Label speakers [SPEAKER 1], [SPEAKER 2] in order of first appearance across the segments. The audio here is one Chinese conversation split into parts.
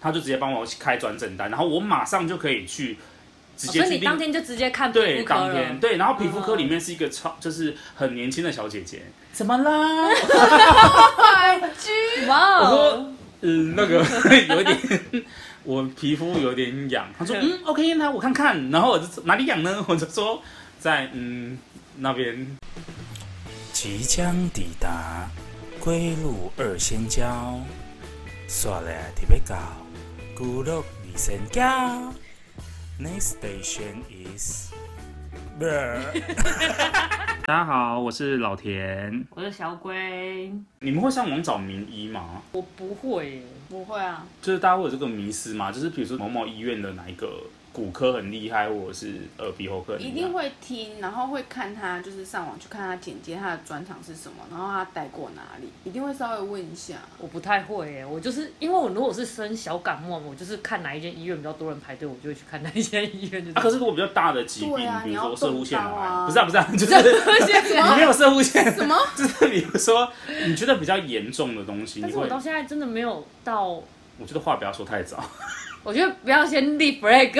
[SPEAKER 1] 他就直接帮我开转诊单，然后我马上就可以去直
[SPEAKER 2] 哦
[SPEAKER 1] 接
[SPEAKER 2] 所以
[SPEAKER 1] 去
[SPEAKER 2] 你
[SPEAKER 1] 另、
[SPEAKER 2] 当天就直接看皮
[SPEAKER 1] 对
[SPEAKER 2] 肤科
[SPEAKER 1] 当天
[SPEAKER 2] 了。嗯
[SPEAKER 1] 对，然后皮肤科里面是一个超就是很年轻的小姐姐，怎么啦？
[SPEAKER 2] 哇
[SPEAKER 1] 我
[SPEAKER 2] 哦，
[SPEAKER 1] 说嗯那个 有一点。我皮肤有点痒，她说嗯，OK，那我看看，然后我就哪里痒呢？我就说在嗯那边
[SPEAKER 3] 即将抵达归路二仙交，刷了特别高，孤路二仙交。Next station is 不 是。
[SPEAKER 1] 大家好，我是老田。
[SPEAKER 2] 我是小龟，
[SPEAKER 1] 你们会上网找名医吗？
[SPEAKER 2] 我不会耶，
[SPEAKER 4] 不会啊，
[SPEAKER 1] 就是大家会有这个迷思嘛？就是比如说某某医院的哪一个骨科很厉害，或者是耳鼻喉科很厉害
[SPEAKER 4] 一定会听，然后会看他，就是上网去看他简介，他的专长是什么，然后他带过哪里，一定会稍微问一下。
[SPEAKER 2] 我不太会耶。我就是因为我如果是生小感冒，我就是看哪一间医院比较多人排队，我就会去看哪一间医院。就是
[SPEAKER 1] 啊。可是如果比较大的疾病，
[SPEAKER 4] 对啊
[SPEAKER 1] 比如说射护腺癌，
[SPEAKER 4] 你要动刀啊
[SPEAKER 1] 不是啊不是啊，就是 你没有射护腺，
[SPEAKER 4] 什么？
[SPEAKER 1] 就是比如说你觉得比较严重的东西，
[SPEAKER 2] 但
[SPEAKER 1] 你
[SPEAKER 2] 是我
[SPEAKER 1] 会，
[SPEAKER 2] 到现在真的没有到，
[SPEAKER 1] 我觉得话不要说太 早。
[SPEAKER 2] 我觉得不要先立 flag，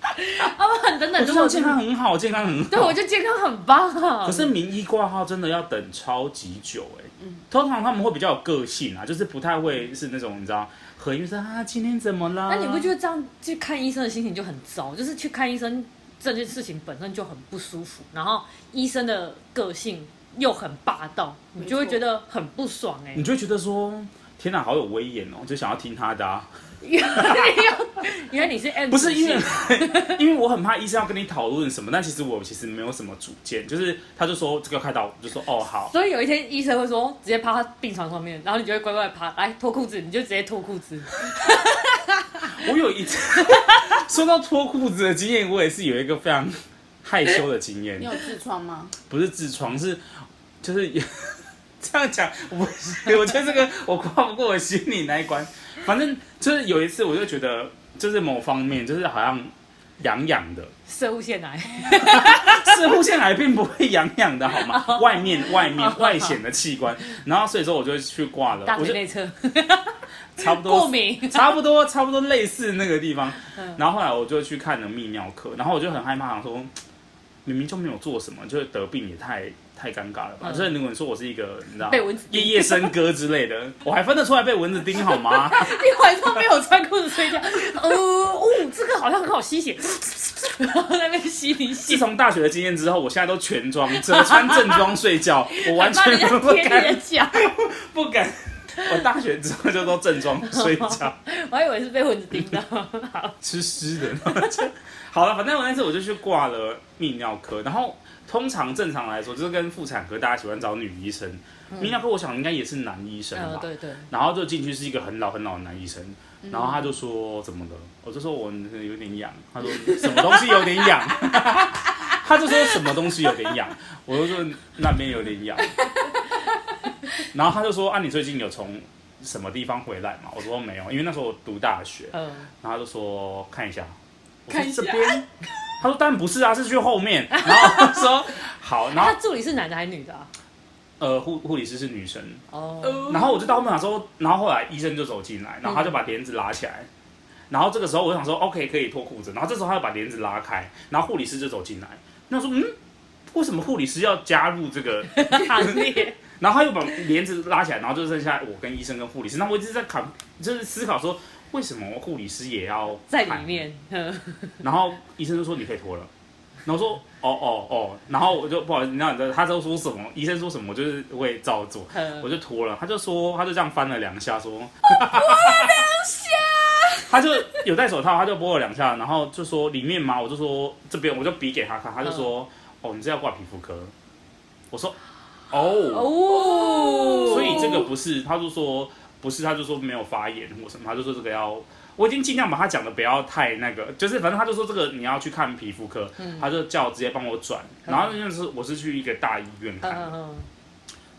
[SPEAKER 2] 啊不然等
[SPEAKER 1] 我
[SPEAKER 2] 等，如
[SPEAKER 1] 知
[SPEAKER 2] 果
[SPEAKER 1] 道健康很好，健康很好，
[SPEAKER 2] 对我觉得健康很棒啊。
[SPEAKER 1] 可是名医挂号真的要等超级久哎、
[SPEAKER 2] 嗯
[SPEAKER 1] 通常他们会比较有个性啊，就是不太会是那种你知道何医生啊，今天怎么啦？
[SPEAKER 2] 那你不觉得这样去看医生的心情就很糟？就是去看医生这件事情本身就很不舒服，然后医生的个性又很霸道，你就会觉得很不爽哎、
[SPEAKER 1] 你就会觉得说，天哪，好有威严哦，就想要听他的啊。
[SPEAKER 2] 原来原来你是 M，
[SPEAKER 1] 不是因为，因为我很怕医生要跟你讨论什么，但其实我其实没有什么主见，就是他就说这个要开刀，我就说哦好。
[SPEAKER 2] 所以有一天医生会说直接趴他病床上面，然后你就会乖乖地趴，来脱裤子，你就直接脱裤子。
[SPEAKER 1] 我有一次 说到脱裤子的经验，我也是有一个非常害羞的经验
[SPEAKER 4] 你，有痔疮吗？
[SPEAKER 1] 不是痔疮，是就是 这样讲，我我觉得这个我跨不过我心里那一关。反正就是有一次，我就觉得就是某方面就是好像痒痒的，
[SPEAKER 2] 射物腺癌，
[SPEAKER 1] 射护腺癌并不会痒痒的好 吗？外面、外面、外显的器官，然后所以说我就去挂了
[SPEAKER 2] 大，
[SPEAKER 1] 呃我
[SPEAKER 2] 腿
[SPEAKER 1] 就
[SPEAKER 2] 内侧
[SPEAKER 1] 差不
[SPEAKER 2] 过
[SPEAKER 1] 多，
[SPEAKER 2] 敏，
[SPEAKER 1] 差不多，差不多类似那个地方。
[SPEAKER 2] 嗯
[SPEAKER 1] 然后后来我就去看了泌尿科，然后我就很害怕，想说明明就没有做什么，就是得病也太太尴尬了吧？
[SPEAKER 2] 嗯
[SPEAKER 1] 就是如果你说我是一个，你知道
[SPEAKER 2] 被蚊子叮
[SPEAKER 1] 夜夜笙歌之类的， 我还分得出来被蚊子叮好吗？
[SPEAKER 2] 你晚上没有穿裤子睡觉，呃哦，这个好像很好吸血， 然后在那边吸你血
[SPEAKER 1] 自。从大学的经验之后，我现在都全装，只穿正装睡觉，我完
[SPEAKER 2] 把
[SPEAKER 1] 全
[SPEAKER 2] 人家
[SPEAKER 1] 不
[SPEAKER 2] 贴你
[SPEAKER 1] 敢
[SPEAKER 2] 的脚，
[SPEAKER 1] 不敢。我大学之后就都正装睡觉，
[SPEAKER 2] 我还以为是被蚊子叮 到。
[SPEAKER 1] 吃湿的。然后就 好了，反正我那次我就去挂了泌尿科，然后通常正常来说就是跟妇产科大家喜欢找女医生，泌尿科我想应该也是男医生
[SPEAKER 2] 嗯，
[SPEAKER 1] 吧。
[SPEAKER 2] 对对，
[SPEAKER 1] 然后就进去是一个很老很老的男医生，然后他就说怎么了？我就说我有点痒，他说什么东西有点痒， 他就说什么东西有点痒，我就说那边有点痒，然后他就说啊你最近有从什么地方回来吗？我说没有，因为那时候我读大学，
[SPEAKER 2] 嗯，
[SPEAKER 1] 然后他就说看一下，我说
[SPEAKER 4] 看一下
[SPEAKER 1] 这边， 他说当然不是啊，是去后面，然后我说好，然后
[SPEAKER 2] 哎他助理是男的还是女的啊？
[SPEAKER 1] 呃护护理师是女生，
[SPEAKER 2] 哦， 嗯
[SPEAKER 1] 然后我就到后面想说，然后后来医生就走进来，然后他就把帘子拉起来，然后这个时候我就想说 OK 可以脱裤子，然后这时候他就把帘子拉开，然后护理师就走进来，那我说嗯，为什么护理师要加入这个？
[SPEAKER 2] 行列，
[SPEAKER 1] 然后他又把帘子拉起来，然后就剩下我跟医生跟护理师，那我一直在考，就是思考说为什么护理师也要
[SPEAKER 2] 在
[SPEAKER 1] 看
[SPEAKER 2] 里面，嗯，
[SPEAKER 1] 然后医生就说你可以脱了，然后我说哦哦哦，然后我就不好意思，你知道你知道他都说什么，医生说什么，我就是会照做，
[SPEAKER 2] 嗯
[SPEAKER 1] 我就脱了，他就说他就这样翻了两下，说我两下，他就有戴手套，他就拨了两下，然后就说里面吗？我就说这边，我就比给他看，他就说、哦你这要挂皮肤科，我说哦，
[SPEAKER 2] 哦，
[SPEAKER 1] 所以这个不是，他就说不是，他就说没有发炎或什么，他就说这个要，我已经尽量把他讲的不要太那个，就是反正他就说这个你要去看皮肤科，他就叫我直接帮我转，
[SPEAKER 2] 嗯
[SPEAKER 1] 然后那就是我是去一个大医院
[SPEAKER 2] 嗯，
[SPEAKER 1] 看，
[SPEAKER 2] 嗯嗯，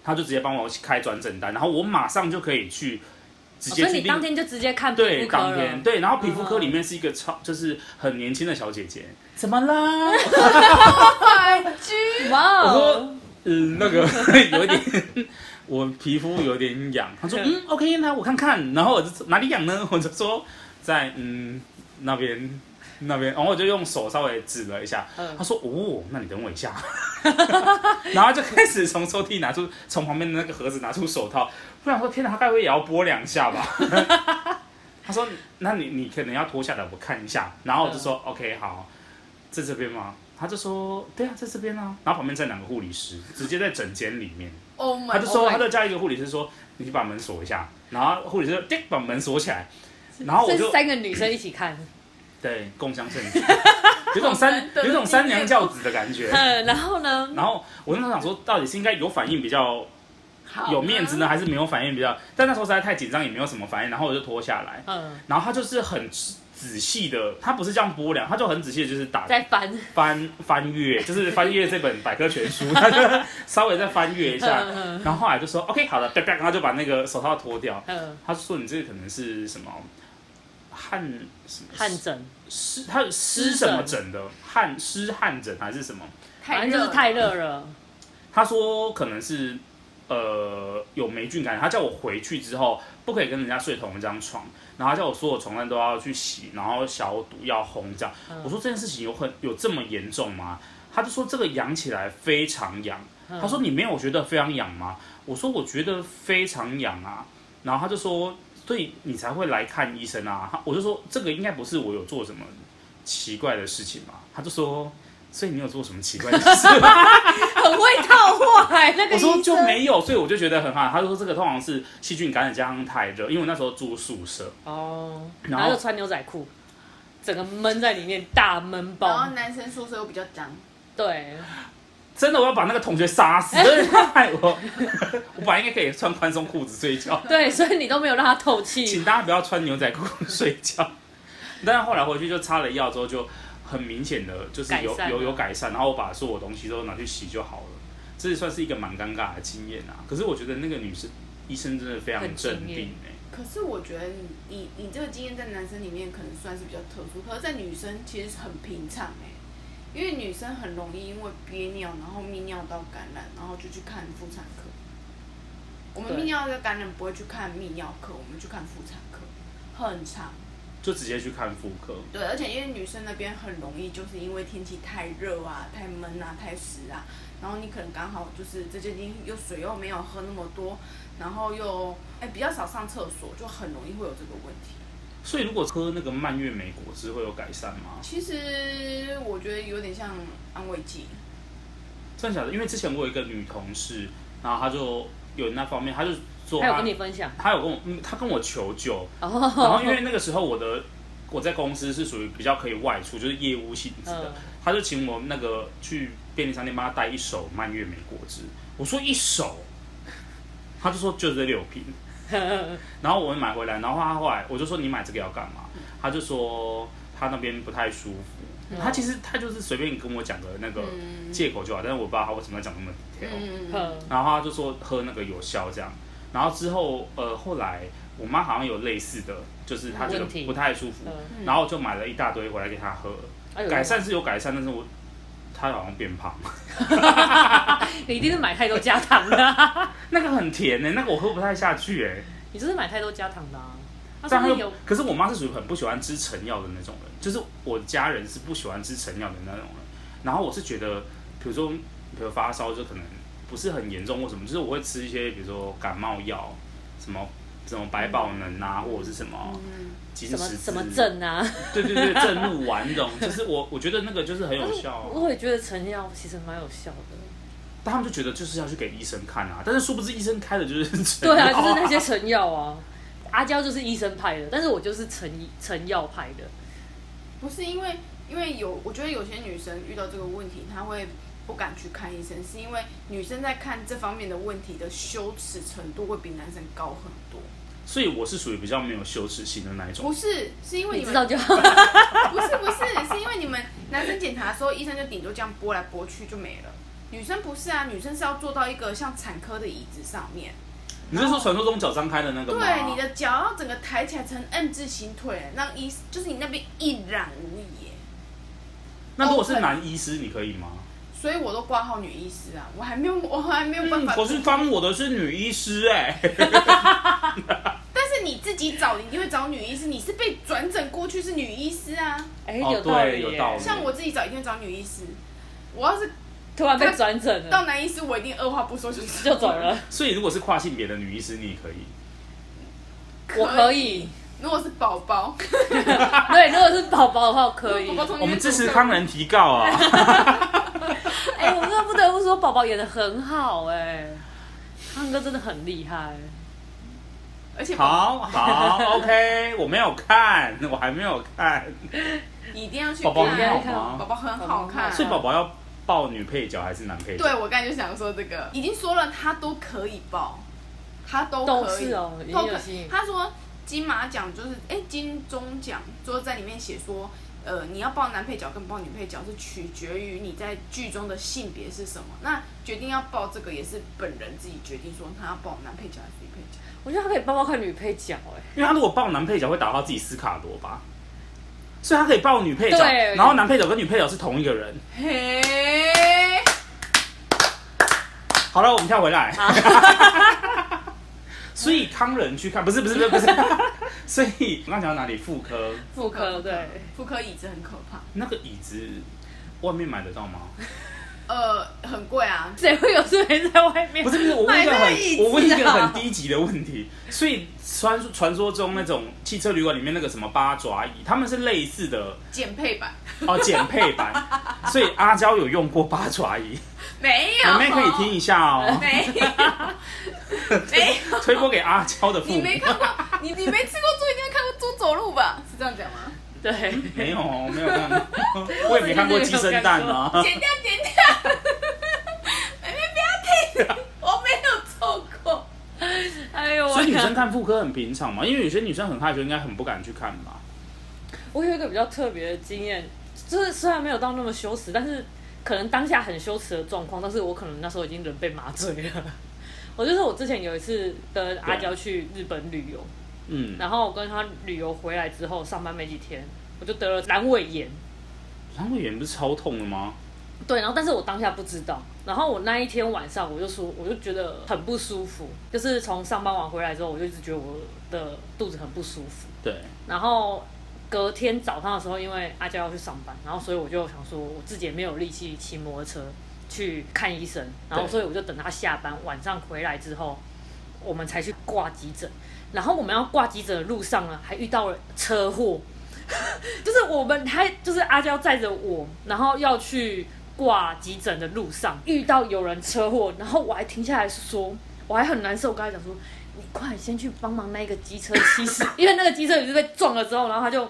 [SPEAKER 1] 他就直接帮我开转诊单，然后我马上就可以去直
[SPEAKER 2] 哦
[SPEAKER 1] 接
[SPEAKER 2] 所以
[SPEAKER 1] 去
[SPEAKER 2] 你
[SPEAKER 1] 另、
[SPEAKER 2] 当天就直接看皮
[SPEAKER 1] 对
[SPEAKER 2] 肤科
[SPEAKER 1] 当天
[SPEAKER 2] 了。嗯
[SPEAKER 1] 对，然后皮肤科里面是一个超就是很年轻的小姐姐，
[SPEAKER 3] 怎么啦？
[SPEAKER 2] 哇
[SPEAKER 1] 我
[SPEAKER 2] 哦，
[SPEAKER 1] 呃 说嗯那个有一点，我皮肤有点痒。他说嗯，OK，那我看看。然后我就哪里痒呢？ 我就说在嗯那边那边，然后我就用手稍微指了一下。
[SPEAKER 2] 嗯
[SPEAKER 1] 他说哦，那你等我一下。 然后就开始从抽屉拿出从旁边的那个盒子拿出手套，不然我说天哪，他该不会也要拨两下吧？他说那你你可能要脱下来我看一下。然后我就说、OK 好，在这边吗？他就说对啊，在这边啊。然后旁边站两个护理师，直接在整间里面。
[SPEAKER 4] Oh my，
[SPEAKER 1] 他就说，
[SPEAKER 4] oh my
[SPEAKER 1] 他就叫一个护理师说，你去把门锁一下，然后护理师就叮把门锁起来， 然后我
[SPEAKER 2] 这
[SPEAKER 1] 就
[SPEAKER 2] 三个女生一起看，
[SPEAKER 1] 对共襄盛 举，有种
[SPEAKER 4] 好
[SPEAKER 1] 三
[SPEAKER 4] 难得的
[SPEAKER 1] 有种三
[SPEAKER 4] 经
[SPEAKER 1] 娘
[SPEAKER 4] 验
[SPEAKER 1] 教子的感觉。
[SPEAKER 2] 嗯，然后呢，
[SPEAKER 1] 然后我那时候想说，到底是应该有反应比较
[SPEAKER 4] 好啊
[SPEAKER 1] 有面子呢，还是没有反应比较？但那时候实在太紧张，也没有什么反应，然后我就脱下来，
[SPEAKER 2] 嗯，
[SPEAKER 1] 然后他就是很仔细的，他不是这样拨量，他就很仔细的，就是打
[SPEAKER 2] 在翻，
[SPEAKER 1] 翻翻 阅，就是翻阅这本百科全书， 他就稍微再翻阅一下，
[SPEAKER 2] 嗯
[SPEAKER 1] 然后后来就说 OK 好了，啪啪，然后就把那个手套脱掉。
[SPEAKER 2] 嗯，
[SPEAKER 1] 他说你这个可能是什么汗什么
[SPEAKER 2] 汗疹，
[SPEAKER 1] 湿，他湿什么疹的汗湿汗疹还是什么？
[SPEAKER 4] 太
[SPEAKER 2] 反正
[SPEAKER 4] 热
[SPEAKER 2] 就
[SPEAKER 4] 了
[SPEAKER 2] 是太热了，
[SPEAKER 1] 他说可能是呃有霉菌感染，他叫我回去之后不可以跟人家睡同一张床，然后他叫我所有床单都要去洗，然后消毒要烘这样。
[SPEAKER 2] 嗯
[SPEAKER 1] 我说这件事情有很有这么严重吗？他就说这个痒起来非常痒，
[SPEAKER 2] 嗯
[SPEAKER 1] 他说你没有觉得非常痒吗？我说我觉得非常痒啊，然后他就说，所以你才会来看医生啊。他我就说这个应该不是我有做什么奇怪的事情吧？他就说，所以你有做什么奇怪的事？
[SPEAKER 2] 很会套话欸，那个
[SPEAKER 1] 我说
[SPEAKER 2] 医
[SPEAKER 1] 就
[SPEAKER 2] 生
[SPEAKER 1] 没有，所以我就觉得很好。他就说这个通常是细菌感染加上太热，因为我那时候住宿舍，
[SPEAKER 2] 哦，
[SPEAKER 1] 然
[SPEAKER 2] 然
[SPEAKER 1] 后
[SPEAKER 2] 后就穿牛仔裤，整个闷在里面，大闷
[SPEAKER 4] 然
[SPEAKER 2] 包
[SPEAKER 4] 后，男生宿舍又比较脏，
[SPEAKER 2] 对，
[SPEAKER 1] 真的我要把那个同学杀死，真的害我。 我本来应该可以穿宽松裤子睡 觉。
[SPEAKER 2] 对，所以你都没有让他透气
[SPEAKER 1] 请，大家不要穿牛仔裤 睡觉。但是后来回去就擦了药之后，就很明显的就是有
[SPEAKER 2] 改善
[SPEAKER 1] 有
[SPEAKER 2] 了
[SPEAKER 1] 有改善，然后我把所有东西都拿去洗就好了。这算是一个蛮尴尬的经验啊。可是我觉得那个女生医生真的非常
[SPEAKER 2] 很敬
[SPEAKER 1] 镇
[SPEAKER 2] 业
[SPEAKER 1] 定哎、
[SPEAKER 4] 可是我觉得你你你这个经验在男生里面可能算是比较特殊，可是在女生其实很平常哎、因为女生很容易因为憋尿，然后泌尿道感染，然后就去看妇产科。我们
[SPEAKER 2] 对
[SPEAKER 4] 泌尿道感染不会去看泌尿科，我们去看妇产科，很长。
[SPEAKER 1] 就直接去看妇科。
[SPEAKER 4] 对，而且因为女生那边很容易，就是因为天气太热啊、太闷啊、太湿啊，然后你可能刚好就是这些天又水又没有喝那么多，然后又哎比较少上厕所，就很容易会有这个问题。
[SPEAKER 1] 所以如果喝那个蔓越莓果汁会有改善吗？
[SPEAKER 4] 其实我觉得有点像安慰剂，
[SPEAKER 1] 真的假的？因为之前我有一个女同事，然后她就有那方面，她就说
[SPEAKER 2] 还有
[SPEAKER 1] 她
[SPEAKER 2] 跟你分享，
[SPEAKER 1] 她有跟我，嗯她跟我求救， 然后
[SPEAKER 2] 哦
[SPEAKER 1] 因，为那个时候我的我在公司是属于比较可以外出，就是业务性质的
[SPEAKER 2] 嗯，
[SPEAKER 1] 他就请我那个去便利商店帮他带一手蔓越莓果汁，我说一手，他就说就这六瓶，
[SPEAKER 2] 嗯
[SPEAKER 1] 然后我买回来，然后他后来我就说你买这个要干嘛？他就说他那边不太舒服，他其实他就是随便跟我讲个那个借口就好，但是我不知道他为什么要讲那么 detail。
[SPEAKER 4] 嗯，
[SPEAKER 2] 嗯
[SPEAKER 1] 然后他就说喝那个有效这样，然后之后呃后来我妈好像有类似的，就是她觉得
[SPEAKER 2] 问题
[SPEAKER 1] 不太舒服，
[SPEAKER 2] 嗯
[SPEAKER 1] 然后就买了一大堆回来给她喝，
[SPEAKER 2] 哎呦
[SPEAKER 1] 改善是有改善，但是我她好像变胖，
[SPEAKER 2] 你一定是买太多加糖的啊、
[SPEAKER 1] 那个很甜欸呢、那个我喝不太下去哎、
[SPEAKER 2] 你就是买太多加糖的、啊。他
[SPEAKER 1] 但
[SPEAKER 2] 真
[SPEAKER 1] 她
[SPEAKER 2] 的
[SPEAKER 1] 又
[SPEAKER 2] 有，
[SPEAKER 1] 可是我妈是属于很不喜欢吃成药的那种人，就是我家人是不喜欢吃成药的那种人，然后我是觉得，比如说比如发烧就可能不是很严重或什么，就是我会吃一些比如说感冒药什么。什么百宝能啊，或者是什么
[SPEAKER 4] 嗯
[SPEAKER 1] 金
[SPEAKER 2] 嗯什么
[SPEAKER 1] 石
[SPEAKER 2] 什么
[SPEAKER 1] 子
[SPEAKER 2] 症啊？
[SPEAKER 1] 对对对，正路丸这种，就是我我觉得那个就是很有
[SPEAKER 2] 但是
[SPEAKER 1] 效、啊，
[SPEAKER 2] 我也觉得成药其实蛮有效 的。
[SPEAKER 1] 但他们就觉得就是要去给医生看啊，但是殊不知医生开的就是成
[SPEAKER 2] 对啊，
[SPEAKER 1] 药
[SPEAKER 2] 就是那些成药啊。阿娇就是医生派的，但是我就是成医成药派的。
[SPEAKER 4] 不是因为因为有，我觉得有些女生遇到这个问题，她会不敢去看医生，是因为女生在看这方面的问题的羞耻程度会比男生高很多。
[SPEAKER 1] 所以我是属于比较没有羞耻心的那一
[SPEAKER 4] 不
[SPEAKER 1] 种，
[SPEAKER 4] 是，是因为
[SPEAKER 2] 你知
[SPEAKER 4] 你们
[SPEAKER 2] 道就 好。
[SPEAKER 4] 不是不是，是因为你们男生检查的时候，医生就顶多这样拨来拨去就没了。女生不是啊，女生是要坐到一个像产科的椅子上面，
[SPEAKER 1] 你是说传说中脚张开的那个吗？
[SPEAKER 4] 对，你的脚要整个抬起来成 M 字形腿，让医就是你那边一览无遗耶。
[SPEAKER 1] 那如果是男医师，你可以吗？
[SPEAKER 4] 所以我都挂号女医师啊，我还没有， 我还没有办
[SPEAKER 1] 嗯
[SPEAKER 4] 法。
[SPEAKER 1] 可是帮我的是女医师哎、
[SPEAKER 4] 但是你自己找，你一定会找女医师，你是被转诊过去是女医师啊。
[SPEAKER 2] 哎，
[SPEAKER 1] 哦
[SPEAKER 2] 有道
[SPEAKER 1] 对
[SPEAKER 2] 理耶，
[SPEAKER 1] 有道理
[SPEAKER 4] 像我自己找，一定会找女医师。我要是
[SPEAKER 2] 突然被转诊
[SPEAKER 4] 到
[SPEAKER 2] 了，
[SPEAKER 4] 男医师，我一定二话不说就
[SPEAKER 2] 就走。了。
[SPEAKER 1] 所以如果是跨性别的女医师，你也可以。
[SPEAKER 2] 我可以，
[SPEAKER 4] 如果是宝宝，
[SPEAKER 2] 对，如果是宝宝的话，我可以
[SPEAKER 4] 宝。宝从里面
[SPEAKER 1] 我们支持
[SPEAKER 4] 走出来
[SPEAKER 1] 康仁提告啊！
[SPEAKER 2] 哎，我真的不得不说，宝宝演的很好哎，康哥真的很厉害。
[SPEAKER 4] 而且 宝
[SPEAKER 1] 好好，OK，我没有看，我还没有看，
[SPEAKER 4] 你一定要去啊
[SPEAKER 1] 宝宝
[SPEAKER 2] 应该
[SPEAKER 1] 很
[SPEAKER 2] 看
[SPEAKER 1] 好
[SPEAKER 4] 宝
[SPEAKER 1] 吗？
[SPEAKER 4] 宝很好看。啊
[SPEAKER 1] 所以宝宝要抱女配角还是男配角？
[SPEAKER 4] 对，我刚才就想说这个，已经说了他都可以报，他都
[SPEAKER 2] 都
[SPEAKER 4] 可以，
[SPEAKER 2] 是哦也
[SPEAKER 4] 都
[SPEAKER 2] 有
[SPEAKER 4] 可
[SPEAKER 2] 吸引
[SPEAKER 4] 他说金马奖就是，哎、金钟奖就是在里面写说，呃，你要报男配角跟报女配角是取决于你在剧中的性别是什么。那决定要报这个也是本人自己决定，说他要报男配角还是女配角。
[SPEAKER 2] 我觉得他可以抱抱看女配角哎。
[SPEAKER 1] 因为他如果抱男配角会打到自己斯卡罗吧，所以他可以抱女配角，
[SPEAKER 2] 对
[SPEAKER 1] 然后男配角跟女配角是同一个人。
[SPEAKER 4] 嘿，
[SPEAKER 1] 好了，我们跳回来。 所以康仁去看，不是不是不是不是，所以我刚讲到哪里？妇科
[SPEAKER 2] 妇科对，
[SPEAKER 4] 妇科椅子很可怕，
[SPEAKER 1] 那个椅子外面买得到吗？
[SPEAKER 4] 呃，很贵啊。
[SPEAKER 2] 谁会有事没在外面？
[SPEAKER 1] 不是不是，我问一个
[SPEAKER 2] 买那个椅
[SPEAKER 1] 很
[SPEAKER 2] 子啊
[SPEAKER 1] 我问一个很低级的问题。所以传说传说中那种汽车旅馆里面那个什么八爪椅，他们是类似的
[SPEAKER 4] 减配版
[SPEAKER 1] 哦，减配版。所以阿娇有用过八爪椅，
[SPEAKER 4] 没有，
[SPEAKER 1] 妹妹可以听一下哦，
[SPEAKER 4] 没有，没有。
[SPEAKER 1] 推播给阿娇的父
[SPEAKER 4] 你
[SPEAKER 1] 母。
[SPEAKER 4] 没看过，你你没吃过猪，一定要看过猪走路吧？是这样讲吗？
[SPEAKER 2] 对，
[SPEAKER 1] 没有，没有看过，我也没看过鸡生蛋啊。
[SPEAKER 4] 剪掉，剪掉，妹妹不要听，我没有做过。
[SPEAKER 2] 哎呦，
[SPEAKER 1] 所以女
[SPEAKER 2] 我
[SPEAKER 1] 生看妇科很平常嘛，因为有些女生很害羞，应该很不敢去看吧。
[SPEAKER 2] 我有一个比较特别的经验，就是虽然没有到那么羞耻，但是可能当下很羞耻的状况，但是我可能那时候已经人被麻醉了。 我就是我之前有一次跟阿娇去日本旅游，
[SPEAKER 1] 嗯，
[SPEAKER 2] 然后我跟她旅游回来之后，上班没几天，我就得了阑尾炎。
[SPEAKER 1] 阑尾炎不是超痛的吗？
[SPEAKER 2] 对，然后但是我当下不知道，然后我那一天晚上我就说，我就觉得很不舒服，就是从上班晚回来之后，我就一直觉得我的肚子很不舒服。
[SPEAKER 1] 对，
[SPEAKER 2] 然后隔天早上的时候，因为阿娇要去上班，然后所以我就想说，我自己也没有力气骑摩托车去看医生，然后
[SPEAKER 1] 对
[SPEAKER 2] 所以我就等她下班，晚上回来之后，我们才去挂急诊。然后我们要挂急诊的路上呢，还遇到了车祸，就是我们还就是阿娇载着我，然后要去挂急诊的路上遇到有人车祸，然后我还停下来说，我还很难受，我跟他讲说，你快先去帮忙那个机车骑士， 因为那个机车也是被撞了之后，然后他就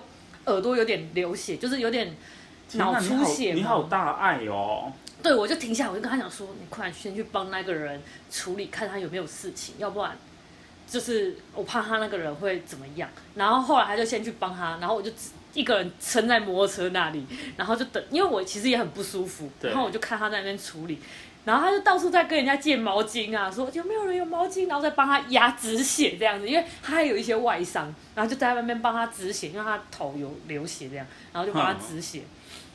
[SPEAKER 2] 呃耳朵有点流血，就是有点脑
[SPEAKER 1] 天哪
[SPEAKER 2] 出血
[SPEAKER 1] 你
[SPEAKER 2] 嘛
[SPEAKER 1] 好，你好大爱哦。
[SPEAKER 2] 对，我就停下来，我就跟他讲说，你快先去帮那个人处理，看他有没有事情，要不然就是我怕他那个人会怎么样。然后后来他就先去帮他，然后我就只一个人撑在摩托车那里，然后就等，因为我其实也很不舒服，
[SPEAKER 1] 对
[SPEAKER 2] 然后我就看他在那边处理。然后他就到处在跟人家借毛巾啊，说有没有人有毛巾，然后再帮他压止血这样子，因为他还有一些外伤，然后就在外面帮他止血，因为他头有流血这样，然后就帮他止血。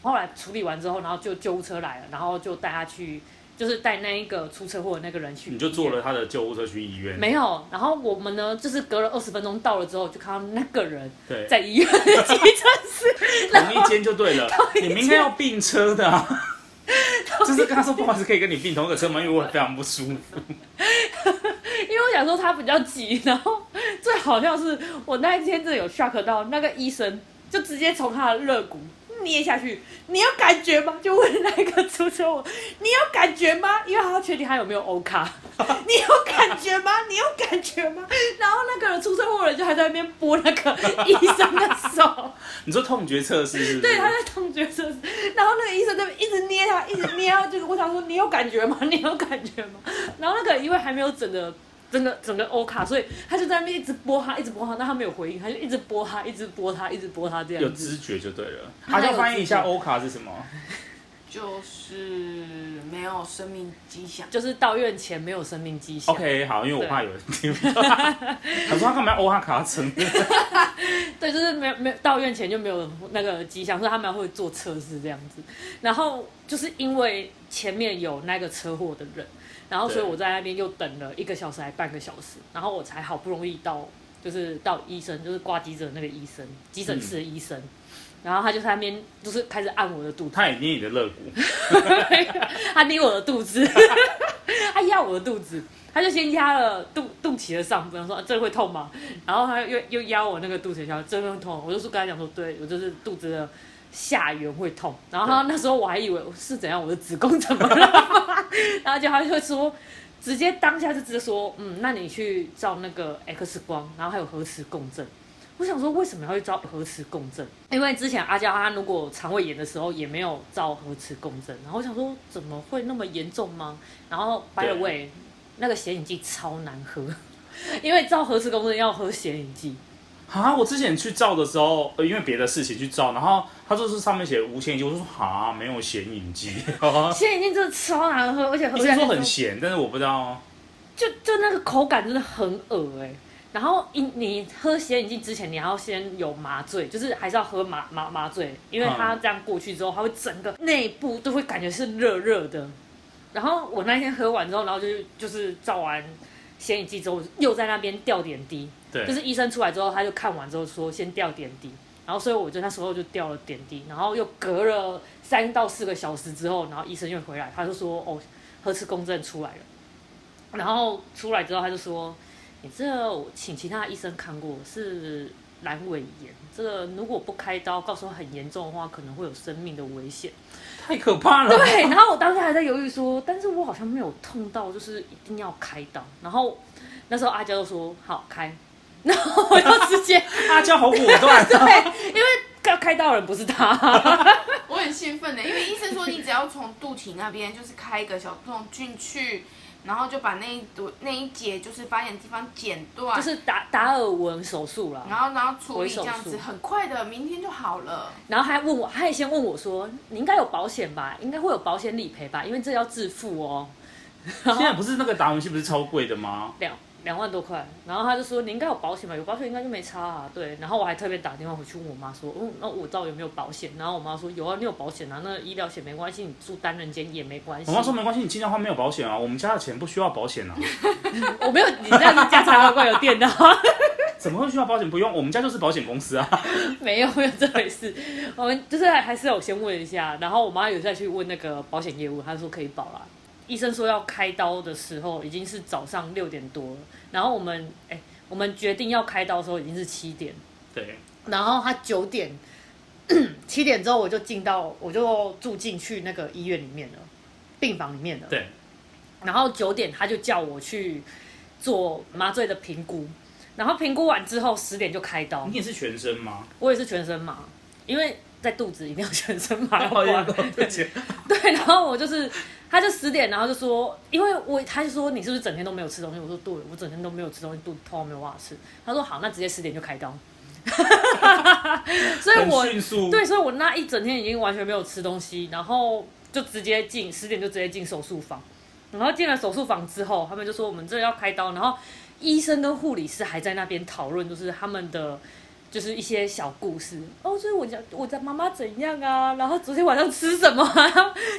[SPEAKER 2] 后来处理完之后，然后就救护车来了，然后就带他去，就是带那一个出车祸的那个人去。
[SPEAKER 1] 你就坐了。他的救护车去医院。
[SPEAKER 2] 没有，然后我们呢，就是隔了二十分钟到了之后，就看到那个人
[SPEAKER 1] 对，
[SPEAKER 2] 在医院的急诊室，
[SPEAKER 1] 同一间就对 了。你明天要并车的、啊。就是跟他说不好意思，可以跟你并同一个车吗？因为我非常不舒服。
[SPEAKER 2] 因为我想说他比较急，然后最好笑是我那一天真的有 shock 到，那个医生就直接从他的肋骨捏下去，你有感觉吗？就问那个出车祸，你有感觉吗？因为他要确定他有没有 O 卡， 你有感觉吗？你有感觉吗？然后那个人出车祸的人就还在那边拨那个 医生的手。
[SPEAKER 1] 你说痛觉测试是不是？
[SPEAKER 2] 对，他在痛觉测试，然后那个医生就一直捏他，一直捏他，就是问他说：“你有感觉吗？ 你有感觉吗？”然后那个因为还没有整个整个整个欧卡，所以他就在那边一直拨他，一直拨他，但他没有回应，他就一直拨他，一直拨他，一直拨他这
[SPEAKER 1] 有
[SPEAKER 2] 样子。
[SPEAKER 1] 知觉就对了。
[SPEAKER 2] 他
[SPEAKER 1] 阿
[SPEAKER 2] 有
[SPEAKER 1] 娇翻译一下
[SPEAKER 2] 知觉
[SPEAKER 1] 欧卡是什么？
[SPEAKER 4] 就是没有生命迹象，
[SPEAKER 2] 就是到院前没有生命迹象。
[SPEAKER 1] OK，好，因为我怕有人听不到。他说他干嘛要欧哈卡成？
[SPEAKER 2] 对，就是没有没有到院前就没有那个迹象，所以他们会做测试这样子。然后就是因为前面有那个车祸的人，然后所以
[SPEAKER 1] 对
[SPEAKER 2] 我在那边又等了一个小时还半个小时，然后我才好不容易到，就是到医生，就是挂急诊那个医生，急诊室的医生。然后他就在那边，就是开始按我的肚子，
[SPEAKER 1] 他也捏你的肋骨，
[SPEAKER 2] 他捏我的肚子， 他压我的肚子，他就先压了肚肚脐的上部分，说、啊这会痛吗？然后他又又压我那个肚脐下，这会痛。我就是跟他讲说，对我就是肚子的下缘会痛。然后他那时候我还以为是怎样，我的子宫怎么了 吗？然后就他就说。直接当下就直接说，嗯，那你去照那个 X 光，然后还有核磁共振。我想说，为什么要去照核磁共振？因为之前阿娇她如果肠胃炎的时候也没有照核磁共振，然后我想说怎么会那么严重吗？然后 by the
[SPEAKER 1] 对
[SPEAKER 2] way，那个显影剂超难喝，因为照核磁共振要喝显影剂，
[SPEAKER 1] 啊，我之前去照的时候，呃因为别的事情去照，然后他就是上面写无显影剂，我就说啊，没有显影剂，
[SPEAKER 2] 显影剂真的超难喝，而且喝
[SPEAKER 1] 医
[SPEAKER 2] 起来
[SPEAKER 1] 生说很咸，但是我不知道，
[SPEAKER 2] 就就那个口感真的很恶哎、然后你你喝显影剂之前，你还要先有麻醉，就是还是要喝麻麻麻醉，因为它这样过去之后，它会整个内部都会感觉是热热的。然后我那天喝完之后，然后就就是照完显影剂之后，又在那边吊点滴，
[SPEAKER 1] 对，
[SPEAKER 2] 就是医生出来之后，他就看完之后说先吊点滴，然后所以我就那时候就吊了点滴，然后又隔了三到四个小时之后，然后医生又回来，他就说哦，核磁共振出来了，然后出来之后他就说，你这个我请其他医生看过是阑尾炎，这个如果不开刀，到时候很严重的话，可能会有生命的危险。
[SPEAKER 1] 太可怕了。
[SPEAKER 2] 对，然后我当时还在犹豫说，但是我好像没有痛到，就是一定要开刀。然后那时候阿娇就说好开，然后我就直接
[SPEAKER 1] 阿娇好果断、啊，
[SPEAKER 2] 对，因为要开刀的人不是他，
[SPEAKER 4] 我很兴奋的，因为医生说你只要从肚脐那边就是开一个小洞进去，然后就把那一朵那一节就是发炎的地方剪断，
[SPEAKER 2] 就是达达尔文手术啦。
[SPEAKER 4] 然后然后处
[SPEAKER 2] 回
[SPEAKER 4] 理
[SPEAKER 2] 手
[SPEAKER 4] 这样
[SPEAKER 2] 术
[SPEAKER 4] 子，很快的，明天就好了。
[SPEAKER 2] 然后还问我，他也先问我说，你应该有保险吧？应该会有保险理赔吧？因为这要自付哦。
[SPEAKER 1] 现在不是那个达文西不是超贵的吗？
[SPEAKER 2] 两两万多块，然后他就说你应该有保险吧，有保险应该就没差啊，对。然后我还特别打电话回去问我妈说，嗯，那我到底有没有保险？然后我妈说有啊，你有保险啊，那医疗险没关系，你住单人间也没关系。
[SPEAKER 1] 我妈说没关系，你尽量花没有保险啊，我们家的钱不需要保险啊，
[SPEAKER 2] 我没有，你那你家财万贯有电到，
[SPEAKER 1] 怎么会需要保险？不用，我们家就是保险公司啊。
[SPEAKER 2] 没有没有这回事。我们就是还还是有先问一下，然后我妈有再去问那个保险业务，她说可以保啦。医生说要开刀的时候已经是早上六点多了，然后我们哎、我们决定要开刀的时候已经是七点。
[SPEAKER 1] 对，
[SPEAKER 2] 然后他九点 七点之后我就进到我就住进去那个医院里面了，病房里面了。
[SPEAKER 1] 对，
[SPEAKER 2] 然后九点他就叫我去做麻醉的评估，然后评估完之后十点就开刀
[SPEAKER 1] 你。也是全身 吗？。
[SPEAKER 2] 我也是全身麻，因为在肚子一定要全身 麻
[SPEAKER 1] 抱歉
[SPEAKER 2] 不然
[SPEAKER 1] 对不起
[SPEAKER 2] 对，然后我就是，他就十点，然后就说，因为我他就说你是不是整天都没有吃东西？我说对，我整天都没有吃东西，肚子痛没有办法吃。他说好，那直接十点就开刀。 所以
[SPEAKER 1] 很
[SPEAKER 2] 我
[SPEAKER 1] 迅速，
[SPEAKER 2] 对，所以我那一整天已经完全没有吃东西，然后就直接进十点就直接进手术房，然后进了手术房之后，他们就说我们这要开刀，然后医生跟护理师还在那边讨论，就是他们的。就是一些小故事哦，就是我家我家妈妈怎样啊，然后昨天晚上吃什么啊，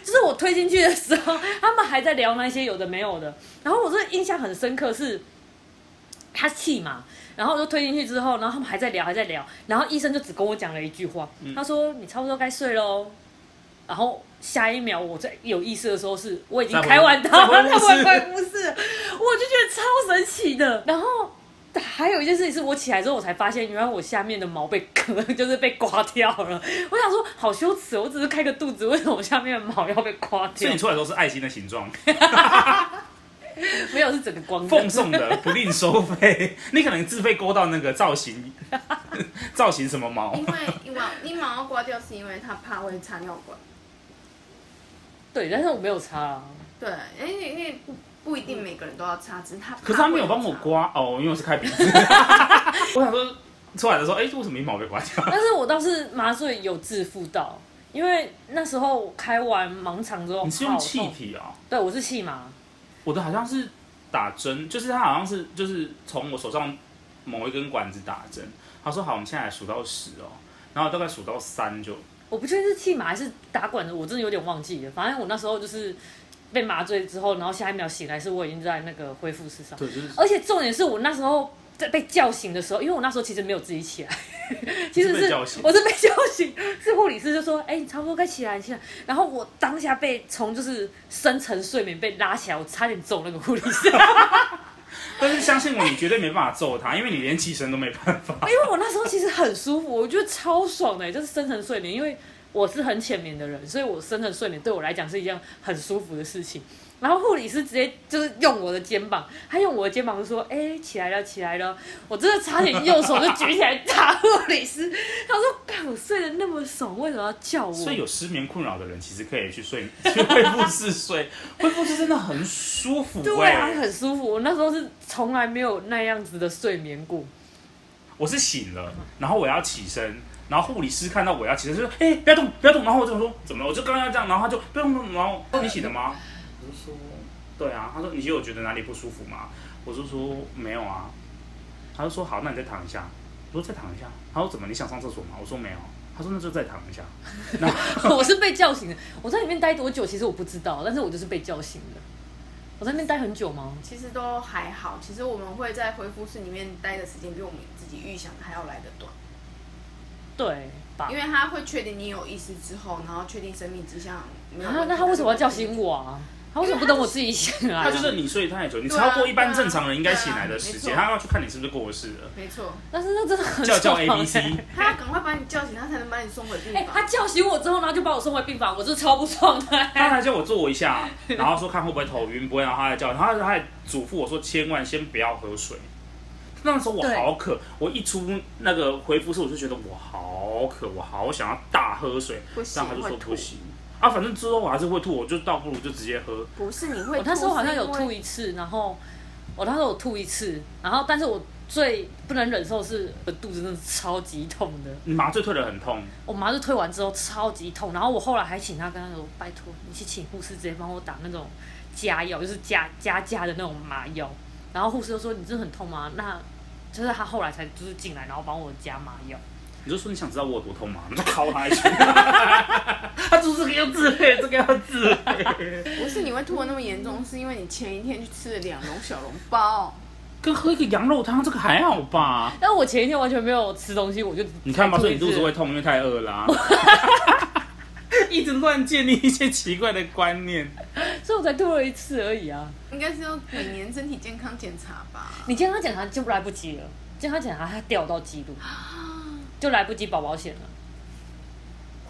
[SPEAKER 2] 就是我推进去的时候，他们还在聊那些有的没有的，然后我这印象很深刻是，他气嘛，然后我就推进去之后，然后他们还在聊，还在聊，然后医生就只跟我讲了一句话，他说你差不多该睡喽。然后下一秒我在有意识的时候是，我已经开完刀
[SPEAKER 1] 再回
[SPEAKER 2] 了，
[SPEAKER 1] 再
[SPEAKER 2] 他
[SPEAKER 1] 回复室
[SPEAKER 2] 完全不是，我就觉得超神奇的。然后还有一件事情是我起来之后我才发现，原来我下面的毛被割，就是被刮掉了。我想说好羞耻哦，我只是开个肚子，为什么我下面的毛要被刮
[SPEAKER 1] 所
[SPEAKER 2] 掉
[SPEAKER 1] 以你？出来的时候是爱心的形状，
[SPEAKER 2] 没有，是整个光的
[SPEAKER 1] 奉送的，不另收费。 你可能自费勾到那个造型， 造型什么 毛
[SPEAKER 4] 因？为因为你马上刮掉是因为他怕会插尿管，
[SPEAKER 2] 对，但是我没有 擦啊。
[SPEAKER 4] 对，因为因为不不一定每个人都要插，只是他怕
[SPEAKER 1] 可是他没有
[SPEAKER 4] 会
[SPEAKER 1] 帮我
[SPEAKER 4] 插
[SPEAKER 1] 刮哦，因为我是开 鼻子。我想说出来的时候，哎、为什么一毛被刮掉？
[SPEAKER 2] 但是我倒是麻醉有自付到，因为那时候我开完盲肠之后，
[SPEAKER 1] 你是用
[SPEAKER 2] 好
[SPEAKER 1] 气
[SPEAKER 2] 痛？
[SPEAKER 1] 体啊、
[SPEAKER 2] 对，我是气麻。
[SPEAKER 1] 我的好像是打针，就是他好像是就是从我手上某一根管子打针，他说好，我们现在来数到十哦，然后大概数到三就
[SPEAKER 2] 我不确定是气麻还是打滚的，我真的有点忘记了。反正我那时候就是被麻醉之后，然后下一秒醒来是我已经在那个恢复室上，
[SPEAKER 1] 对，就是
[SPEAKER 2] 而且重点是我那时候在被叫醒的时候，因为我那时候其实没有自己起来，其实
[SPEAKER 1] 你是被叫醒
[SPEAKER 2] 我是被叫醒，是护理师就说：“哎、你差不多该起来，你起来。”然后我当下被从就是深层睡眠被拉起来，我差点揍那个护理师，
[SPEAKER 1] 但是相信我，你绝对没办法揍他，因为你连起身都没办法。
[SPEAKER 2] 因为我那时候其实很舒服，我觉得超爽的、欸就是深层睡眠，因为我是很浅眠的人，所以我深层睡眠对我来讲是一件很舒服的事情。然后护理师直接就是用我的肩膀，他用我的肩膀就说：“哎、起来了，起来了！”我真的差点右手就举起来打护理师。他说：“干，我睡得那么爽，为什么要叫我？”
[SPEAKER 1] 所以有失眠困扰的人，其实可以去睡 去恢复室睡，恢复室真的很舒服、欸。
[SPEAKER 2] 对啊，很舒服。我那时候是从来没有那样子的睡眠过。
[SPEAKER 1] 我是醒了，然后我要起身，然后护理师看到我要起身，就说：“哎、不要动，不要动。”然后我就说：“怎么了？”我就刚刚要这样，然后他就不用动。然后你醒了吗？我就说：“对啊。”他说：“你有觉得哪里不舒服吗？”我就说：“没有啊。”他就说：“好，那你再躺一下。”我说：“再躺一下。”他说：“怎么？你想上厕所吗？”我说：“没有。”他说：“那就再躺一下。
[SPEAKER 2] 我是被叫醒的。我在里面待多久，其实我不知道，但是我就是被叫醒的。我在那边待很久吗？
[SPEAKER 4] 其实都还好，其实我们会在恢复室里面待的时间比我们自己预想的还要来得短，
[SPEAKER 2] 对吧
[SPEAKER 4] 因？为他会确定你有意识之后，然后确定生命迹象没有问题、
[SPEAKER 2] 啊，那他为什么要叫醒我啊？他为什么不等我自己醒来、啊？
[SPEAKER 1] 他就是你睡太久，你
[SPEAKER 4] 对啊
[SPEAKER 1] 超过一般正常人应该醒来的时
[SPEAKER 4] 对
[SPEAKER 1] 间，
[SPEAKER 4] 啊没错
[SPEAKER 1] 他要去看你是不是过世了。
[SPEAKER 4] 没错，
[SPEAKER 2] 但是那真的 很
[SPEAKER 1] 叫 叫
[SPEAKER 2] 爽
[SPEAKER 1] A
[SPEAKER 2] 欸
[SPEAKER 1] B C，
[SPEAKER 4] 他要赶快把你叫醒，他才能把你送回病
[SPEAKER 2] 哎、
[SPEAKER 4] 房。
[SPEAKER 2] 他叫醒我之后，然后就把我送回病房，我是超不爽的、
[SPEAKER 1] 他还叫我坐一下，然后说看会不会头晕，不会，然后他还叫，然后他还嘱咐我说千万先不要喝水。那时候我好渴，我一出那个回复室，我就觉得我好渴，我好想要大喝水，
[SPEAKER 4] 不行
[SPEAKER 1] 但他就说
[SPEAKER 4] 会吐
[SPEAKER 1] 不行。啊，反正之后我还是会吐，我就倒不如就直接喝。
[SPEAKER 4] 不是你会
[SPEAKER 2] 我
[SPEAKER 4] 吐，
[SPEAKER 2] 那时候好像有
[SPEAKER 4] 是因
[SPEAKER 2] 吐
[SPEAKER 4] 为
[SPEAKER 2] 一次，然后我那时候有吐一次，然后但是我最不能忍受的是我的肚子真的超级痛的。
[SPEAKER 1] 麻醉退的很痛，
[SPEAKER 2] 我麻醉推完之后超级痛，然后我后来还请他跟他说，拜托你去请护士直接帮我打那种加药，就是加加价的那种麻药。然后护士就说你真的很痛吗？那就是他后来才就是进来，然后帮我加麻药。
[SPEAKER 1] 你就说你想知道我有多痛吗？ 你就敲他一拳， 他就是这个要自费，这个要自费，
[SPEAKER 4] 不是你会吐的那么
[SPEAKER 2] 嗯
[SPEAKER 4] 严重，是因为你前一天去吃了两笼小笼包。
[SPEAKER 1] 跟喝一个羊肉汤这个还好吧？
[SPEAKER 2] 但我前一天完全没有吃东西，我就
[SPEAKER 1] 你看吧，
[SPEAKER 2] 才吐
[SPEAKER 1] 所
[SPEAKER 2] 一
[SPEAKER 1] 以你肚子
[SPEAKER 2] 次
[SPEAKER 1] 会痛，因为太饿啦、 一直乱建立一些奇怪的观念，
[SPEAKER 2] 所以我才吐了一次而已啊。
[SPEAKER 4] 应该是要每年身体健康检查吧？
[SPEAKER 2] 你健康检查就来不及了，健康检查它掉到记录，就来不及保保险了。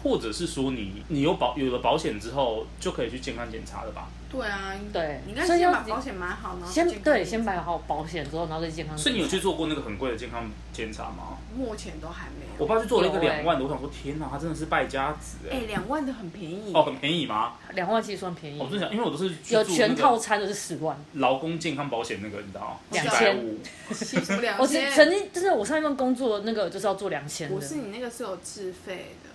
[SPEAKER 1] 或者是说你你有保有了保险之后就可以去健康检查了吧？
[SPEAKER 4] 对啊，
[SPEAKER 2] 对
[SPEAKER 4] 你应该
[SPEAKER 2] 所以
[SPEAKER 4] 先
[SPEAKER 2] 要
[SPEAKER 4] 把保险买好，然后
[SPEAKER 2] 先
[SPEAKER 4] 去健康
[SPEAKER 2] 对，
[SPEAKER 4] 检查
[SPEAKER 2] 先买好保险之后，然后再健康检查。
[SPEAKER 1] 所以你有去做过那个很贵的健康检查吗？
[SPEAKER 4] 目前都还没有。
[SPEAKER 1] 我爸去做了一个
[SPEAKER 2] 有欸
[SPEAKER 1] 两万的，我想说天哪，他真的是败家子哎、
[SPEAKER 4] 哎，两万的很便宜。
[SPEAKER 1] 哦，很便宜吗？
[SPEAKER 2] 两万其实算便宜
[SPEAKER 1] 我，真想，因为我都是去
[SPEAKER 2] 有
[SPEAKER 1] 做
[SPEAKER 2] 全
[SPEAKER 1] 那个
[SPEAKER 2] 套餐都是十万。
[SPEAKER 1] 劳工健康保险那个，你知道
[SPEAKER 2] 两
[SPEAKER 1] 千
[SPEAKER 2] 千
[SPEAKER 1] 五，
[SPEAKER 4] 其实 两
[SPEAKER 2] 我
[SPEAKER 4] 千
[SPEAKER 2] 曾曾经就是我上一份工作的那个就是要做两千的，
[SPEAKER 4] 不是你那个是有自费的，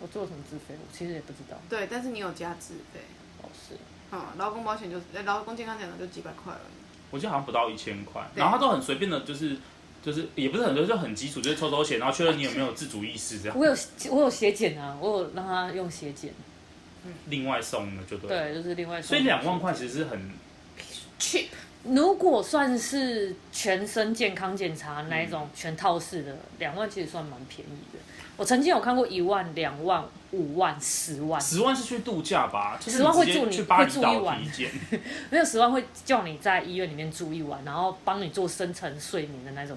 [SPEAKER 2] 我做了什么自费，我其实也不知道，
[SPEAKER 4] 对，但是你有加自费。
[SPEAKER 2] 老师。
[SPEAKER 4] 嗯，劳工保险就是，呃劳工健康检查就几百块而已。
[SPEAKER 1] 我记得好像不到一千块，
[SPEAKER 4] 对
[SPEAKER 1] 然后他都很随便的，就是就是也不是很多，就很基础，就是抽抽血，然后确认你有没有自主意识这样，
[SPEAKER 2] 我有我有血检啊，我有让他用血检，
[SPEAKER 1] 另外送的就对了。
[SPEAKER 2] 对，就是另外。
[SPEAKER 1] 所以两万块，其实是很
[SPEAKER 4] cheap，
[SPEAKER 2] 如果算是全身健康检查那一
[SPEAKER 1] 嗯
[SPEAKER 2] 种全套式的，两万其实算蛮便宜的。我曾经有看过一万、两万、五万、十万，
[SPEAKER 1] 十万是去度假吧，就是
[SPEAKER 2] 10万
[SPEAKER 1] 你
[SPEAKER 2] 会
[SPEAKER 1] 直接
[SPEAKER 2] 住你
[SPEAKER 1] 去巴
[SPEAKER 2] 会
[SPEAKER 1] 厘
[SPEAKER 2] 住一
[SPEAKER 1] 岛
[SPEAKER 2] 晚
[SPEAKER 1] 体检，
[SPEAKER 2] 没有十万会叫你在医院里面住一晚，然后帮你做深层睡眠的那种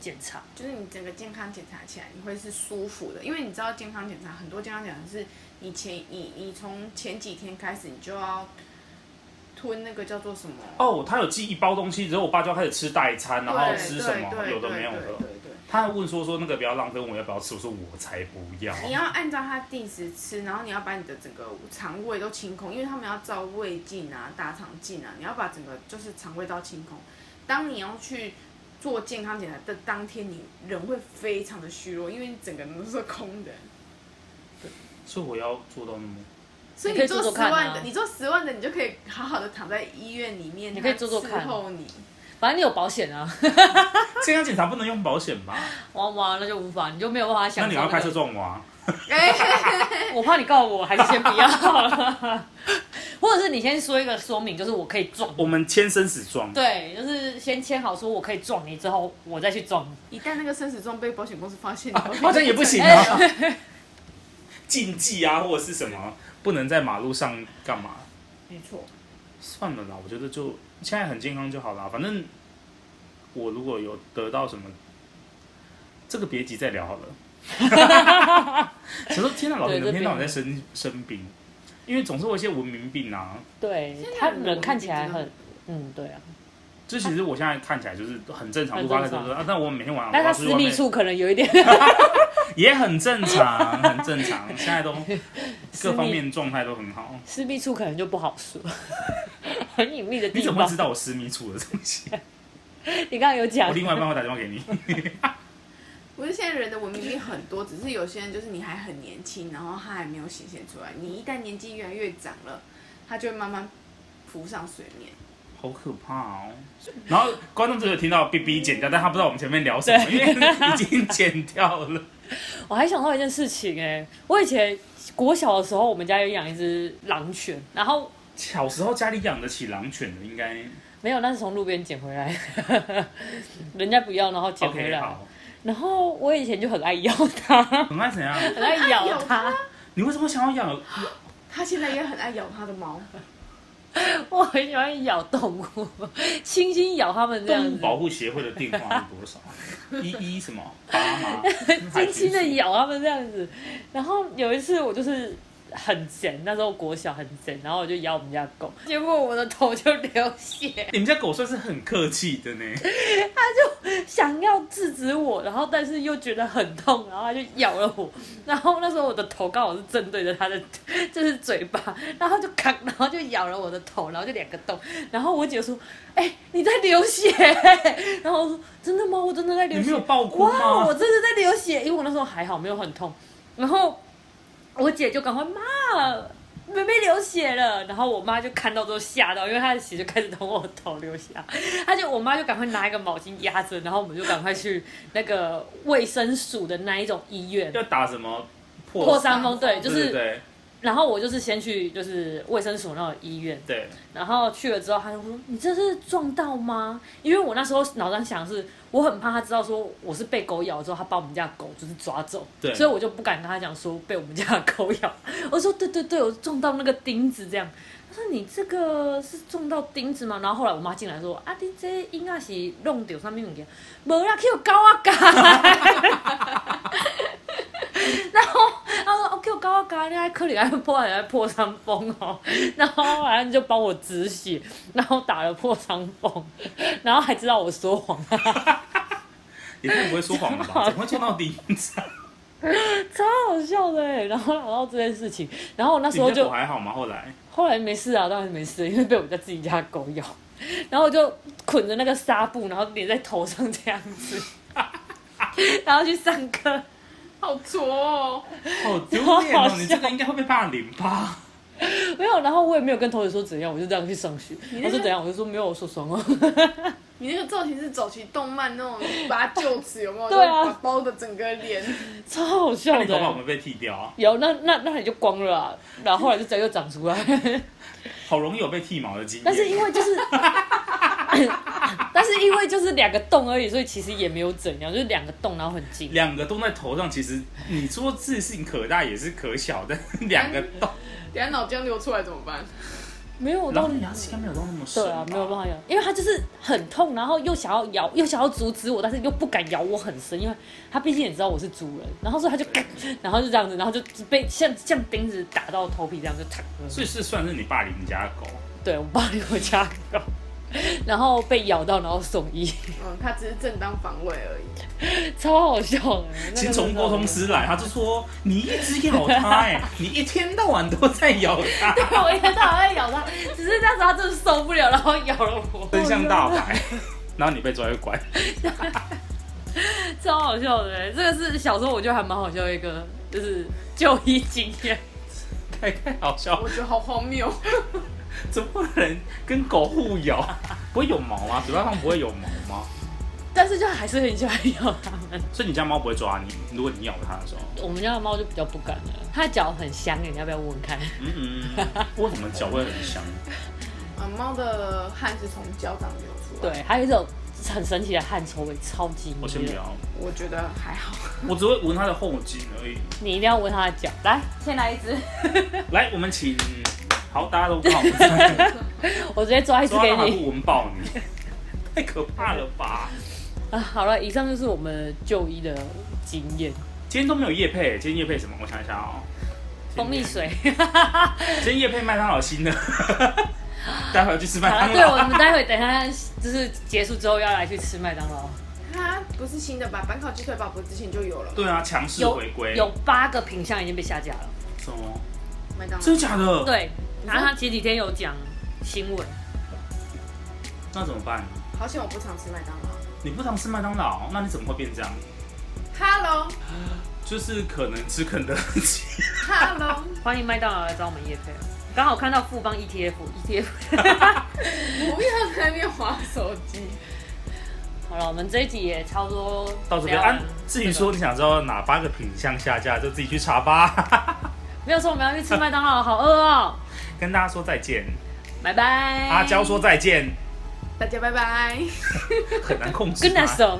[SPEAKER 2] 检查。
[SPEAKER 4] 就是你整个健康检查起来，你会是舒服的，因为你知道健康检查很多健康检查是你前你你从前几天开始你就要吞那个叫做什么？
[SPEAKER 1] 哦，他有寄一包东西，之后我爸就要开始吃代餐，然后
[SPEAKER 4] 对
[SPEAKER 1] 吃什么
[SPEAKER 4] 对
[SPEAKER 1] 有的
[SPEAKER 4] 对
[SPEAKER 1] 没有
[SPEAKER 4] 对对
[SPEAKER 1] 的。
[SPEAKER 4] 对对
[SPEAKER 1] 他还问说说那个不要浪费，我要不要吃？我说我才不要。
[SPEAKER 4] 你要按照它定时吃，然后你要把你的整个肠胃都清空，因为他们要照胃镜啊、大肠镜啊，你要把整个就是肠胃道清空。当你要去做健康检查的当天，你人会非常的虚弱，因为你整个人都是空的。
[SPEAKER 1] 所以我要做到那么，
[SPEAKER 4] 所以
[SPEAKER 2] 你可以
[SPEAKER 4] 做
[SPEAKER 2] 做
[SPEAKER 4] 十
[SPEAKER 2] 做看啊
[SPEAKER 4] 万的，你做十万的，你就可以好好的躺在医院里面，
[SPEAKER 2] 你可以做做看
[SPEAKER 4] 他伺候你。
[SPEAKER 2] 反正你有保险啊，
[SPEAKER 1] 健康检查不能用保险吧？
[SPEAKER 2] 哇哇，那就无法，你就没有办法
[SPEAKER 1] 那
[SPEAKER 2] 享受、
[SPEAKER 1] 你
[SPEAKER 2] 那
[SPEAKER 1] 要
[SPEAKER 2] 个哎
[SPEAKER 1] 拍车撞我啊？
[SPEAKER 4] 哎
[SPEAKER 2] 我怕你告我，还是先不要好 了。或者是你先说一个说明，就是我可以撞你。
[SPEAKER 1] 我们签生死状，
[SPEAKER 2] 对，就是先签好说我可以撞你之后，我再去撞你。
[SPEAKER 4] 一旦那个生死状被保险公司发现，
[SPEAKER 1] 好像也不行 啊。禁忌啊，或者是什么，不能在马路上干嘛？
[SPEAKER 4] 没错，
[SPEAKER 1] 算了啦，我觉得就现在很健康就好啦。反正我如果有得到什么，这个别急再聊好了。 想说天哪，老
[SPEAKER 2] 对
[SPEAKER 1] 天
[SPEAKER 2] 这
[SPEAKER 1] 哪，天哪，我在
[SPEAKER 2] 边
[SPEAKER 1] 生生病，因为总是有一些文明病啊。
[SPEAKER 2] 对
[SPEAKER 4] 现在
[SPEAKER 2] 他
[SPEAKER 4] 人
[SPEAKER 2] 人看起来
[SPEAKER 4] 真的
[SPEAKER 2] 很，嗯，对啊，
[SPEAKER 1] 这其实我现在看起来就是很正常，
[SPEAKER 2] 很
[SPEAKER 1] 不发
[SPEAKER 2] 正
[SPEAKER 1] 生
[SPEAKER 2] 常
[SPEAKER 1] 什么啊。但我每天晚上
[SPEAKER 2] 但
[SPEAKER 1] 都
[SPEAKER 2] 他
[SPEAKER 1] 要出去
[SPEAKER 2] 私
[SPEAKER 1] 外
[SPEAKER 2] 密
[SPEAKER 1] 面，
[SPEAKER 2] 处可能有一点
[SPEAKER 1] 也很正常，很正常。现在 都
[SPEAKER 2] 私
[SPEAKER 1] 各方
[SPEAKER 2] 密，
[SPEAKER 1] 面状态都很好。
[SPEAKER 2] 私密处可能就不好 说，很隐秘的
[SPEAKER 1] 你
[SPEAKER 2] 地
[SPEAKER 1] 怎么会
[SPEAKER 2] 方
[SPEAKER 1] 知。道我私密处的东西？
[SPEAKER 2] 你刚刚有讲
[SPEAKER 1] 我，另外一半会打电话给你。
[SPEAKER 4] 我觉得现在人的文明病很多，只是有些人就是你还很年轻，然后他还没有显现出来。你一旦年纪越来越长了，他就会慢慢浮上水面。
[SPEAKER 1] 好可怕哦！然后观众只有听到 B B 剪掉，但他不知道我们前面聊什么，因为已经剪掉了。
[SPEAKER 2] 我还想到一件事情哎、我以前国小的时候，我们家有养一只狼犬，然后
[SPEAKER 1] 小时候家里养得起狼犬的，应该
[SPEAKER 2] 没有，那是从路边捡回来， 人家不要，然后捡回
[SPEAKER 1] OK
[SPEAKER 2] 来。
[SPEAKER 1] 好。
[SPEAKER 2] 然后我以前就很爱咬它，
[SPEAKER 1] 很爱怎样？
[SPEAKER 2] 很爱咬它。
[SPEAKER 1] 你为什么想要养？
[SPEAKER 4] 他现在也很爱咬他的毛，
[SPEAKER 2] 我很喜欢咬动物，轻轻咬它们这样
[SPEAKER 1] 动物
[SPEAKER 2] 子，
[SPEAKER 1] 保护协会的电 话是多少？一一什 么八吗？
[SPEAKER 2] 轻轻的咬它们这样子。然后有一次我就是很闲，那时候国小很闲，然后我就咬我们家狗，结果我的头就流血。
[SPEAKER 1] 你们家狗算是很客气的呢，
[SPEAKER 2] 想要制止我，然后但是又觉得很痛，然后他就咬了我，
[SPEAKER 1] 嗯
[SPEAKER 2] 然后那时候我的头刚好是正对着他的， 就是嘴巴，然后就扛，然后就咬了我的头，然后就两个洞，然后我姐说：“哎、你在流血。” 然后我说：“真的吗？我真的在
[SPEAKER 1] 你
[SPEAKER 2] 流
[SPEAKER 1] 没
[SPEAKER 2] 血。”
[SPEAKER 1] 有爆哭
[SPEAKER 2] 哇，
[SPEAKER 1] 吗？
[SPEAKER 2] 我真的在流血，因为我那时候还好，没有很痛。然后我姐就赶快妈。妹妹流血了，然后我妈就看到之后吓到，因为她的血就开始从我头流下， 她就我妈就赶快拿一个毛巾压着，然后我们就赶快去那个卫生署的那一种医院，
[SPEAKER 1] 要打什么
[SPEAKER 2] 破
[SPEAKER 1] 破？
[SPEAKER 2] 伤风，对，
[SPEAKER 4] 伤风
[SPEAKER 2] 就
[SPEAKER 1] 对对
[SPEAKER 2] 是，
[SPEAKER 1] 对
[SPEAKER 2] 然后我就是先去就是卫生署那种医院，
[SPEAKER 1] 对，
[SPEAKER 2] 然后去了之后，他就说：“你这是撞到吗？”因为我那时候脑袋想的是，我很怕他知道说我是被狗咬之后，他把我们家的狗就是抓走，
[SPEAKER 1] 对
[SPEAKER 2] 所以我就不敢跟他讲说被我们家的狗咬。 我说：“对对对，我撞到那个钉子这样。”他说：“你这个是撞到钉子吗？”然后后来我妈进来说：“啊，你这应该是弄掉上面物件，无啦，去狗啊咬。” 然后他说：“哦，给我搞啊搞啊，你还科里还破还还破伤风哦。”然后反正就帮我止血，然后打了破伤风，然后还知道我说谎，
[SPEAKER 1] 也太不会说谎了吧？怎么会撞到钉子？
[SPEAKER 2] 超好笑的欸。然后想到这件事情，然后我那
[SPEAKER 1] 你
[SPEAKER 2] 时候
[SPEAKER 1] 们家狗
[SPEAKER 2] 就
[SPEAKER 1] 还好吗？后来
[SPEAKER 2] 后来没事啊，当然没事，因为被我家自己家的狗咬，然后我就捆着那个纱布，然后连在头上这样子， 然后去上课。
[SPEAKER 4] 好挫哦！
[SPEAKER 1] 好丢脸
[SPEAKER 2] 好
[SPEAKER 1] 哦！
[SPEAKER 2] 笑
[SPEAKER 1] 你这个应该会被霸凌吧？
[SPEAKER 2] 没有，然后我也没有跟同学说怎样，我就这样去上学。
[SPEAKER 4] 你那
[SPEAKER 2] 他
[SPEAKER 4] 个
[SPEAKER 2] 说怎样，我就说没有，我说爽哦。
[SPEAKER 4] 你那个造型是早期动漫那种拔臼齿，有没有？
[SPEAKER 2] 对啊
[SPEAKER 4] 就把包的整个脸。
[SPEAKER 2] 超好
[SPEAKER 1] 那
[SPEAKER 2] 笑
[SPEAKER 1] 你
[SPEAKER 2] 的
[SPEAKER 1] 头发有
[SPEAKER 2] 欸
[SPEAKER 1] 没。有被剃掉啊？
[SPEAKER 2] 有那那那你就光了啊，然后后来就再又长出来，
[SPEAKER 1] 好容易有被剃毛的经验。
[SPEAKER 2] 但是因为就是，但是因为就是两个洞而已，所以其实也没有怎样，就是两个洞，然后很近。
[SPEAKER 1] 两个洞在头上，其实你说自信可大也是可小的， 两个
[SPEAKER 2] 嗯
[SPEAKER 1] 洞。
[SPEAKER 4] 等下脑浆流出来怎么办？
[SPEAKER 2] 没有
[SPEAKER 1] 然
[SPEAKER 2] 到
[SPEAKER 1] 后牙齿应该没有到那么深
[SPEAKER 2] 对
[SPEAKER 1] 吧。
[SPEAKER 2] 啊，没有办法咬，因为它就是很痛，然后又想要咬，又想要阻止我，但是又不敢咬我很深，因为它毕竟也知道我是主人，然后所以它就 嘎，然后就这样子，然后就被像像钉子打到头皮这样就躺了。
[SPEAKER 1] 所以是算是你霸凌你家的狗。
[SPEAKER 2] 对我爸离我家狗， 然后被咬到，然后送医，
[SPEAKER 4] 嗯，他只是正当防卫而已。
[SPEAKER 2] 超好笑的。那
[SPEAKER 1] 先
[SPEAKER 2] 个
[SPEAKER 1] 从沟通师来，他就说你一直咬它，哎，你一天到晚都在咬 它，
[SPEAKER 2] 我一天到晚在咬它，只是那时候它真的受不了，然后咬了我，
[SPEAKER 1] 真相大白。 然后你被抓去关，
[SPEAKER 2] 超好笑的欸。这个是小时候我觉得还蛮好笑的一个，就是就医经验。
[SPEAKER 1] 太太好笑
[SPEAKER 4] 我
[SPEAKER 1] 了。
[SPEAKER 4] 觉得好荒谬。
[SPEAKER 1] 怎么会有人跟狗互咬？不会有毛吗？嘴巴上不会有毛吗？
[SPEAKER 2] 但是就还是很喜欢咬它们。
[SPEAKER 1] 所以你家猫不会抓你，如果你咬它的时候，
[SPEAKER 2] 我们家的猫就比较不敢了，它的脚很香诶，你要不要闻闻看？
[SPEAKER 1] 嗯嗯，为什么脚会很香？
[SPEAKER 4] 啊，猫的汗是从脚掌流出来，
[SPEAKER 2] 对，还有一种很神奇的汗臭味，超级
[SPEAKER 1] 我先
[SPEAKER 2] 迷
[SPEAKER 1] 不
[SPEAKER 2] 人。
[SPEAKER 1] 要，
[SPEAKER 4] 我觉得还好。
[SPEAKER 1] 我只会闻它的后颈而已。
[SPEAKER 2] 你一定要闻它的脚，来，先来一只，
[SPEAKER 1] 来，我们请，嗯好，大家都不好， 抓
[SPEAKER 2] 我直接抓一只给
[SPEAKER 1] 到还
[SPEAKER 2] 你
[SPEAKER 1] 不闻爆你，太可怕了吧！
[SPEAKER 2] 啊。 好了，以上就是我们就医的经验。
[SPEAKER 1] 今天都没有叶配，今天叶配什么？我想一下哦，
[SPEAKER 2] 蜂蜜 水
[SPEAKER 1] 今天叶配麦当劳 新的，待会儿去吃麦
[SPEAKER 2] 好了，
[SPEAKER 1] 当
[SPEAKER 2] 对，
[SPEAKER 1] 劳。
[SPEAKER 2] 我们待会等一下就是结束之后要来去吃麦当劳，
[SPEAKER 4] 它不是新的吧？板烤鸡腿堡不是之前就有了？
[SPEAKER 1] 对啊，强势
[SPEAKER 2] 有
[SPEAKER 1] 回归。
[SPEAKER 2] 有八个品相已经被下架了。
[SPEAKER 1] 什么？
[SPEAKER 4] 麦当劳
[SPEAKER 1] 真的假的？，
[SPEAKER 2] 对，然后
[SPEAKER 4] 你
[SPEAKER 2] 他前几天有讲新闻，
[SPEAKER 1] 那怎么办？
[SPEAKER 4] 好险我不常吃麦当劳。
[SPEAKER 1] 你不常吃麦当劳，那你怎么会变这样？
[SPEAKER 4] Hello，Hello，
[SPEAKER 1] 就是可能吃肯德基。
[SPEAKER 2] 欢迎麦当劳来找我们叶配。刚好看到富邦 E ETF，ETF。
[SPEAKER 4] 不要在那边划手机。
[SPEAKER 2] 好了，我们这一集也差不多
[SPEAKER 1] 到这边，
[SPEAKER 2] 聊完
[SPEAKER 1] 啊，至于
[SPEAKER 2] 这个
[SPEAKER 1] 说你想知道哪八个品相下架，就自己去查吧。
[SPEAKER 2] 没有说我们要去吃麦当劳，好饿哦，
[SPEAKER 1] 跟大家说再见，
[SPEAKER 2] 拜拜。
[SPEAKER 1] 阿娇说再见，
[SPEAKER 4] 大家拜拜。
[SPEAKER 1] 很难控制。
[SPEAKER 2] Goodness 哦。